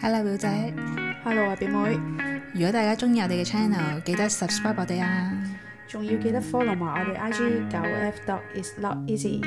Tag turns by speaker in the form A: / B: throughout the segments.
A: Hello 表姐，
B: Hello 啊，表妹，
A: 如果大家中意我哋嘅 channel，記得 subscribe 我哋啊！
B: 仲要記得 follow 埋我哋 IG 九 F dot is not easy。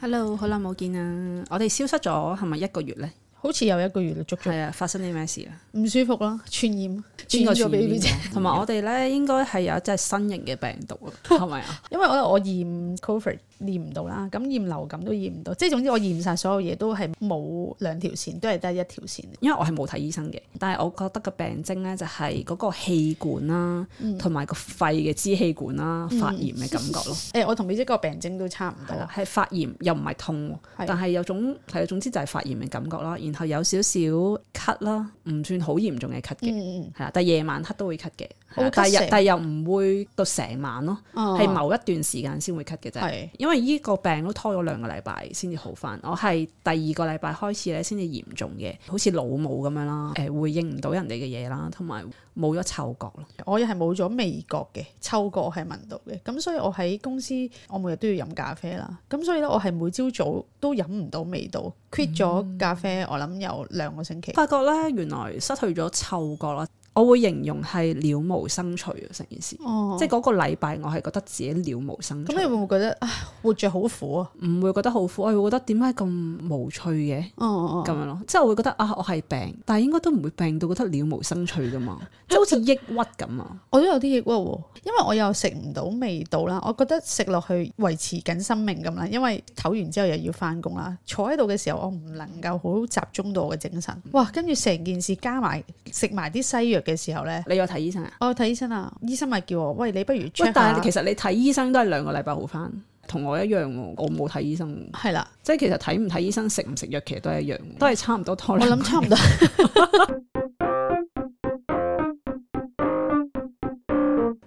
A: Hello，好耐冇見啦！我哋消失咗係咪一個月呢？
B: 好似有一個月啦，足足
A: 係啊，發生啲咩事啊？
B: 唔舒服啦，傳染傳
A: 邊個
B: 染
A: 傳
B: 咗
A: 染
B: 俾表 姐。
A: 邊個同埋我哋呢應該係有一隻新型嘅病 毒啊，係咪啊？
B: 因為我我驗 Covid 驗唔到啦，咁驗流感都驗唔到，即係總之我驗晒所有嘢都係冇兩條線，都係得一條線。
A: 因為我係冇睇醫生嘅，但係我覺得個病徵呢，就係嗰個氣管啦，同埋個肺嘅支氣管啦發炎嘅感覺咯。
B: 誒、我同表姐個病徵都差唔
A: 係啦啊
B: 多，，
A: 係發炎又唔係痛喎，
B: 啊係
A: 但係有種係啊啦，總之就係發炎嘅感覺啦，然後有少少咳啦，唔算好嚴重嘅咳嘅，
B: 嗯
A: 係啦、但係夜晚咳都會咳嘅，係
B: 我
A: 啦
B: 會
A: 但
B: 咳
A: 係又
B: 成
A: 但係又唔會到成晚咯，
B: 嗯，
A: 係、某一段時間先會咳嘅啫。
B: 係
A: 因為呢個病都拖咗兩個禮拜先至好翻，我係第二個禮拜開始咧先至嚴重嘅，好似老母咁樣
B: 哦
A: 啦，誒、回應唔到人哋嘅嘢啦，同埋冇咗嗅覺咯。
B: 我又係冇咗味覺嘅，嗅覺我係聞到嘅，咁所以我喺公司我每日都要飲咖啡啦，咁所以咧我係每朝早都飲唔到味道，quit 咗咖啡我諗有兩個星期，
A: 發覺咧原來失去咗嗅覺啦，我會形容係了無生趣啊成件事。
B: 哦，
A: 即係嗰個禮拜，我係覺得自己了無生趣
B: 咁，你會唔會覺得唉活着好苦啊？
A: 唔會覺得好苦，我係會覺得點解咁無趣嘅
B: 哦哦
A: 咁樣咯，即係我會覺得啊，我係病，但係應該都唔會病到覺得了無生趣噶嘛， 即係好似抑鬱咁啊，
B: 我都有啲抑鬱喎，因為我又食唔到味道啦。我覺得食落去維持緊生命咁啦，因為唞完之後又要翻工啦。坐喺度嘅時候，我唔能夠好集中到我嘅精神。哇！跟住成件事加埋食埋啲西藥嘅時候呢，
A: 你有睇醫生啊？
B: 我去睇醫生啊，醫生咪叫我喂你不如 check
A: 喂，但係
B: 下
A: 其。實你睇醫生都係兩個禮拜好翻，同我一樣喎，我冇睇醫生喎，
B: 係啦，
A: 即係其實睇唔睇醫生、食唔食藥其實都係一樣喎，都係差唔多拖
B: 我
A: 兩
B: 諗 差唔多。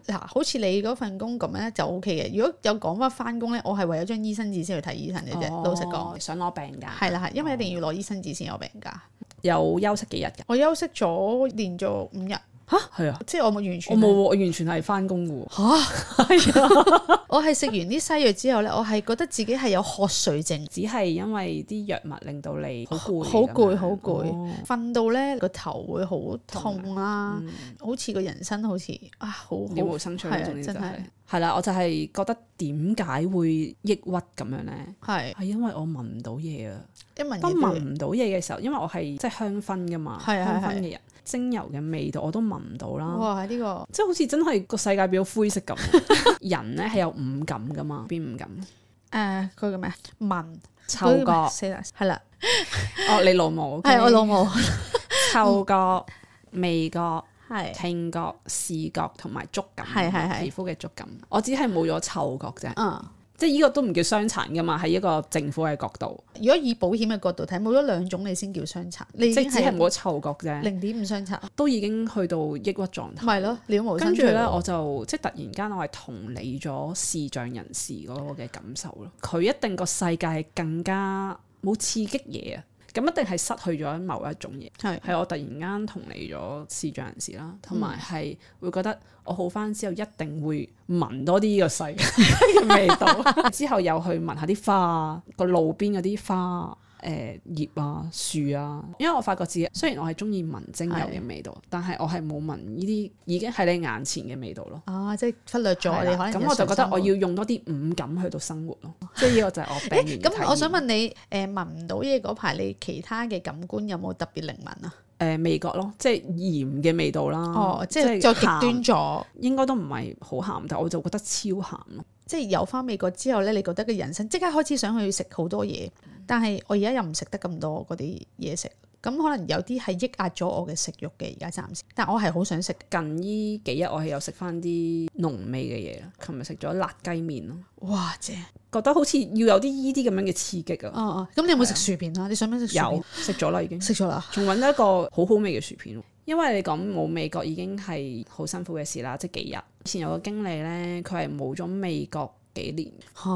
B: 嗱，好似你嗰份工咁樣就 O K 嘅。如果有講翻翻工呢，我係為咗張醫生紙先去睇醫生嘅啫。
A: 哦
B: 老實講，
A: 想攞病假，
B: 係啦，係，因為一定要攞醫生紙先有病假。
A: 有休息幾日㗎？
B: 我休息咗連續五日，
A: 吓？係啊，
B: 即係我冇完
A: 我
B: 全
A: 冇喎，我完全係翻工㗎喎。啊
B: 我係食完啲西藥之後呢，我係覺得自己係有瞌睡症，
A: 只係因為啲藥物令到你好攰咁樣，啊
B: 好攰好攰
A: 哦啊
B: 瞓到呢個頭會好痛啦，
A: 嗯
B: 好似個人生好似啊好好
A: 了無生趣嗰
B: 係啊
A: 種呢就
B: 真
A: 係
B: 係
A: 係啦，我就係覺得點解會抑鬱咁樣咧？
B: 係
A: 係因為我聞唔到嘢啊！
B: 一聞
A: 當
B: 嘢
A: 聞
B: 都
A: 唔到嘢嘅時候，因為我係即係香薰噶嘛，
B: 係係啊
A: 香薰
B: 係
A: 嘅人，精油嘅味道我都聞唔到啦。
B: 哇呢個
A: 即係好似真係個世界變咗灰色 咁。人咧係有五感噶嘛，邊五感？
B: 誒佢叫咩聞
A: 嗅
B: 佢
A: 覺，
B: 叫咩死啦係啦，
A: 哦，你老母
B: 係我老
A: 母，
B: 母
A: 嗅覺、味覺。
B: 係
A: 聽覺、視覺同埋觸感，
B: 係係係
A: 皮膚嘅觸感。我只係冇咗嗅覺啫，
B: 嗯。
A: 即係呢個都唔叫傷殘噶嘛，喺一個政府嘅角度，
B: 如果以保險嘅角度睇，冇咗兩種你先叫傷殘，你
A: 即
B: 已經
A: 係只係
B: 係
A: 冇咗嗅覺啫，
B: 零點五傷殘，
A: 都已經去到抑鬱狀態。
B: 咪咯，了無
A: 跟
B: 生
A: 住
B: 趣
A: 咧，
B: 喎
A: 我就即係突然間，我係同理咗視障人士嗰個嘅感受咯。佢一定個世界係更加冇刺激嘢啊！咁一定係失去咗某一種嘢。
B: 係
A: 係我突然間同理咗視障人士啦，
B: 嗯
A: 同埋係會覺得我好翻之後一定會聞多啲呢個世界 嘅味 道，之後又去聞下啲花啊，個路邊嗰啲花。誒、葉啊、樹啊，因為我發覺自己雖然我係中意聞精油嘅味道，但係我係冇聞呢啲已經喺你眼前嘅味道咯。
B: 啊，即係忽略咗我
A: 係啦啊
B: 哋可能
A: 咁我就覺得
B: 日常生
A: 我
B: 活
A: 要用多啲五感去到生活 咯，即係呢個就係我病
B: 誒
A: 完嘅體驗。
B: 咁我想問你，誒聞唔到嘢嗰排，你其他嘅感官有冇特別靈敏啊？
A: 誒味覺咯，即係鹽嘅味道啦。
B: 哦，即係再極
A: 鹹
B: 端咗，
A: 應該都唔係好鹹，但我就覺得超鹹咯。
B: 即係有翻美國之後咧，你覺得個人生即刻開始想去食好多嘢，但係我而家又唔食得咁多嗰啲嘢食，咁可能有啲係抑壓咗我嘅食欲嘅，而家暫時，但我係好想食。
A: 近呢幾日我係有食翻啲濃味嘅嘢啦，琴日食咗辣雞麵咯，
B: 哇正！
A: 覺得好似要有啲依啲咁樣嘅刺激啊！
B: 哦哦，咁你有冇食薯片啊？你想唔想食薯片
A: 有？食咗啦已經，
B: 食咗啦。
A: 仲揾到一個好好味嘅薯片喎。因為你講冇味覺已經係好辛苦嘅事啦，即係幾日。以前有個經理呢，佢係冇咗味覺幾年，
B: 吓？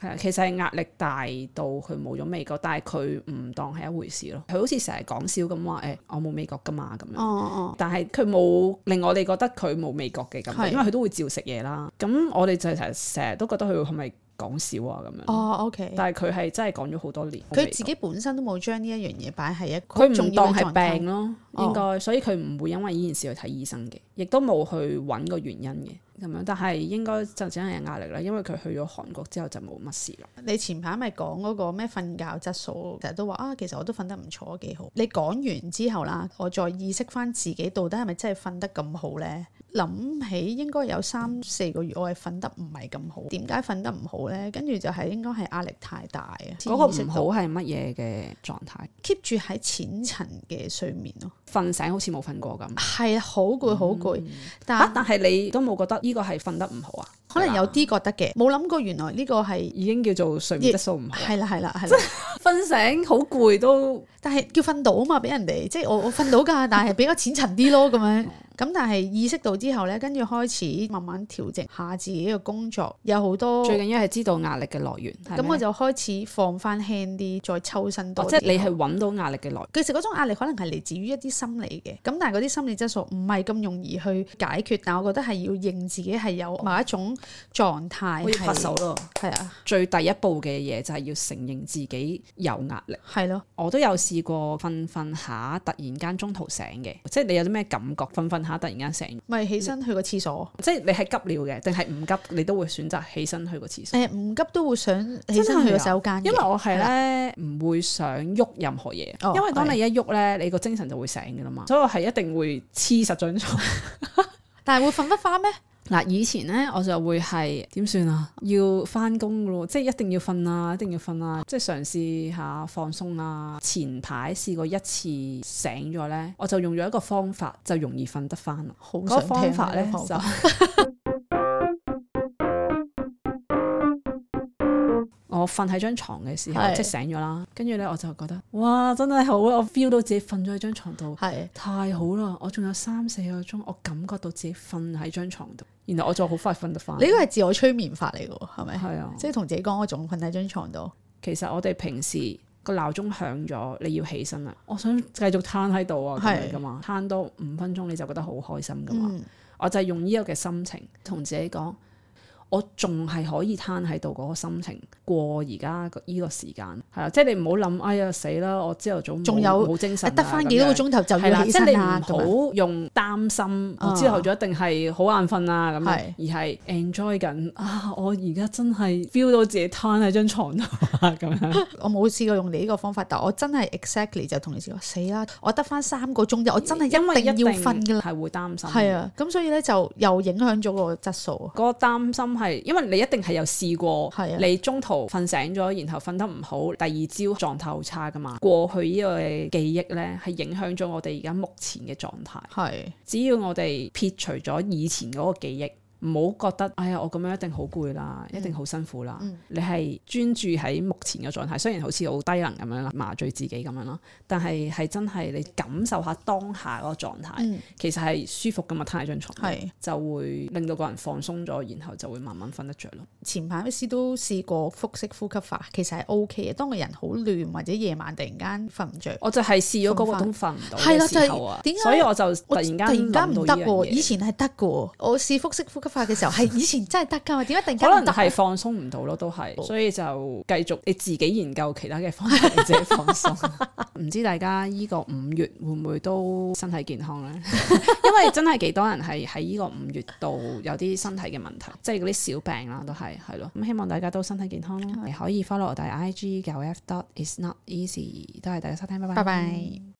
A: 係啊，其實係壓力大到佢冇咗味覺，但係佢唔當係一回事咯。佢好似成日講笑咁話誒，我冇味覺㗎嘛咁樣。
B: 哦哦，
A: 但係佢冇令我哋覺得佢冇味覺嘅感覺，
B: 係
A: 因為佢都會照食嘢啦。咁我哋就成日成日都覺得佢係咪講笑啊咁樣。
B: 哦，OK，
A: 但係佢係真係講咗好多年。
B: 佢自己本身都冇將呢一樣嘢擺喺一個
A: 佢唔
B: 重要
A: 當
B: 嘅
A: 係
B: 狀態
A: 病咯，
B: 哦
A: 應該，所以佢唔會因為呢件事去睇醫生嘅，亦都冇去揾個原因嘅咁樣。但係應該就只係壓力啦，因為佢去咗韓國之後就冇乜事啦。
B: 你前排咪講嗰個咩瞓覺質素，成日都話啊，其實我都瞓得唔錯，幾好。你講完之後啦，我再意識翻自己到底係咪真係瞓得咁好呢？諗起應該有三四個月，我係瞓得唔係咁好。點解瞓得唔好呢？跟住就係應該係壓力太大啊。
A: 嗰個唔好係乜嘢嘅狀態？
B: keep 住喺淺層嘅睡眠咯，
A: 瞓醒好似冇瞓過咁。
B: 係啊好攰好攰，但
A: 啊！但係你都冇覺得呢個係瞓得唔好啊？
B: 可能有啲覺得嘅，冇諗過原來呢個係
A: 已經叫做睡眠質素唔好，
B: 係啦係啦係啦。
A: 瞓醒好攰都
B: 但係叫瞓到啊嘛，俾人哋即係我我瞓到㗎，但係比較淺層啲咯咁
A: 哦
B: 樣。咁但係意識到之後咧，跟住開始慢慢調整下自己嘅工作，有好多
A: 最
B: 咁
A: 緊要係知道壓力嘅來源。係咩
B: 我就開始放翻輕啲，再抽身多
A: 哦
B: 啲。
A: 即係你係揾到壓力嘅來源。
B: 其實嗰種壓力可能係嚟自於一啲心理嘅，咁但係嗰啲心理質素唔係咁容易去解決，但我覺得係要認自己係有某一種狀態
A: 好似拍手
B: 係
A: 咯，
B: 係啊，
A: 最第一步嘅嘢就係要承認自己有壓力。
B: 係咯，
A: 我都有試過瞓瞓下，突然間中途醒嘅，即係你有啲咩感覺？瞓瞓下突然間醒，
B: 咪起
A: 嗯
B: 身去個廁所，
A: 即係你係急尿嘅，定係唔急？你都會選擇起身去個廁所。
B: 誒唔急都會想起
A: 真係
B: 身去個
A: 啊
B: 洗手間嘅，
A: 因為我係
B: 嗯係啦
A: 咧唔會想喐任何嘢，
B: 哦
A: 因為當你一喐咧，你個精神就會醒㗎啦嘛，所以我係一定會黐實張床。
B: 但係會瞓得翻咩？
A: 嗱，以前咧我就會係點算啊？要翻工咯，即係一定要瞓啊，一定要瞓啊，即係嘗試下放鬆啊。前排試過一次醒咗咧，我就用咗一個方法就容易瞓得翻啦。
B: 好
A: 嗰個
B: 想
A: 方
B: 聽
A: 法咧
B: 呢個
A: 就
B: 方法
A: 我瞓喺張床嘅時候，
B: 係
A: 即係醒咗啦，跟住咧我就覺得哇，真係好啊！我 feel 到自己瞓咗喺張床度，
B: 係
A: 太好啦！我仲有三四個鐘，我感覺到自己瞓喺張床度，然後我就好快瞓得翻。
B: 你呢個係自我催眠法嚟嘅喎，係咪？
A: 係啊，
B: 即係同自己講，我仲瞓喺張床度，
A: 其實我哋平時個鬧鐘響咗，你要起身啦。啊我想繼續攤喺度啊，咁
B: 係
A: 樣噶嘛，攤多五分鐘你就覺得好開心噶嘛。
B: 嗯，
A: 我就係用呢個嘅心情同自己講，我仲係可以攤喺度嗰個心情過而家呢個時間，係啦，即係你唔好諗，哎呀死啦，我朝頭早冇
B: 仲有
A: 冇精神啊，
B: 得翻幾多個
A: 咁樣
B: 鐘頭就
A: 係啦，
B: 要
A: 即
B: 起
A: 係
B: 身
A: 你
B: 啦，咁樣
A: 唔好用擔心，我
B: 啊
A: 之後就一定係好眼瞓啊咁樣，
B: 係
A: 而係 enjoy 緊啊！我而家真係 feel 到自己攤喺張床度啊咁樣，
B: 我冇試過用你呢個方法，但我真係 exactly 就同你講，死啦！我得翻三個鐘啫，我真係
A: 因為
B: 一定要
A: 定
B: 瞓㗎啦。
A: 係會擔心。
B: 係，啊，咁所以咧就又影響咗個質素。
A: 嗰個擔心係因為你一定係有試過
B: 係啊，
A: 你中途瞓醒咗，然後瞓得唔好，第二朝狀態好差噶嘛。過去呢個嘅記憶呢，係影響咗我哋而家目前嘅狀態。
B: 係
A: 只要我哋撇除咗以前嗰個記憶，唔好覺得，哎呀，我咁樣一定好攰啦，
B: 嗯
A: 一定好辛苦啦。你係專注喺目前嘅狀態，雖然好似好低能咁樣啦，麻醉自己咁樣啦，但係係真係你感受下當下嗰個狀態，
B: 嗯
A: 其實係舒服噶嘛，攤喺張床度，
B: 係，
A: 就會令到個人放鬆咗，然後就會慢慢瞓得着咯。
B: 前排師都試過腹式呼吸法，其實係 O K 嘅。當個人好亂或者夜晚突然間瞓唔着，
A: 我就係試咗嗰個都瞓唔到
B: 係啦
A: 嘅
B: 就係
A: 時候啊，
B: 點解
A: 所以我就突
B: 我
A: 然間
B: 突然間唔
A: 諗
B: 得
A: 到呢樣
B: 喎，
A: 嘢
B: 以前係得嘅喎。我試腹式呼吸法嘅時候係以前真係得㗎，點解突然間
A: 可
B: 唔得
A: 能
B: 啊？
A: 係放鬆唔到咯，都係，所以就繼續你自己研究其他嘅方法，自己放鬆。 唔知大家依個五月會唔會都身體健康 呢？因為真係幾多人係喺依個五月度有啲身體嘅問題，即係嗰啲小病啦，都係係咯。咁希望大家都身體健康啦，你可以 follow 我哋 IG 九 F dot is not easy，多謝大家收聽，拜拜。
B: 拜拜。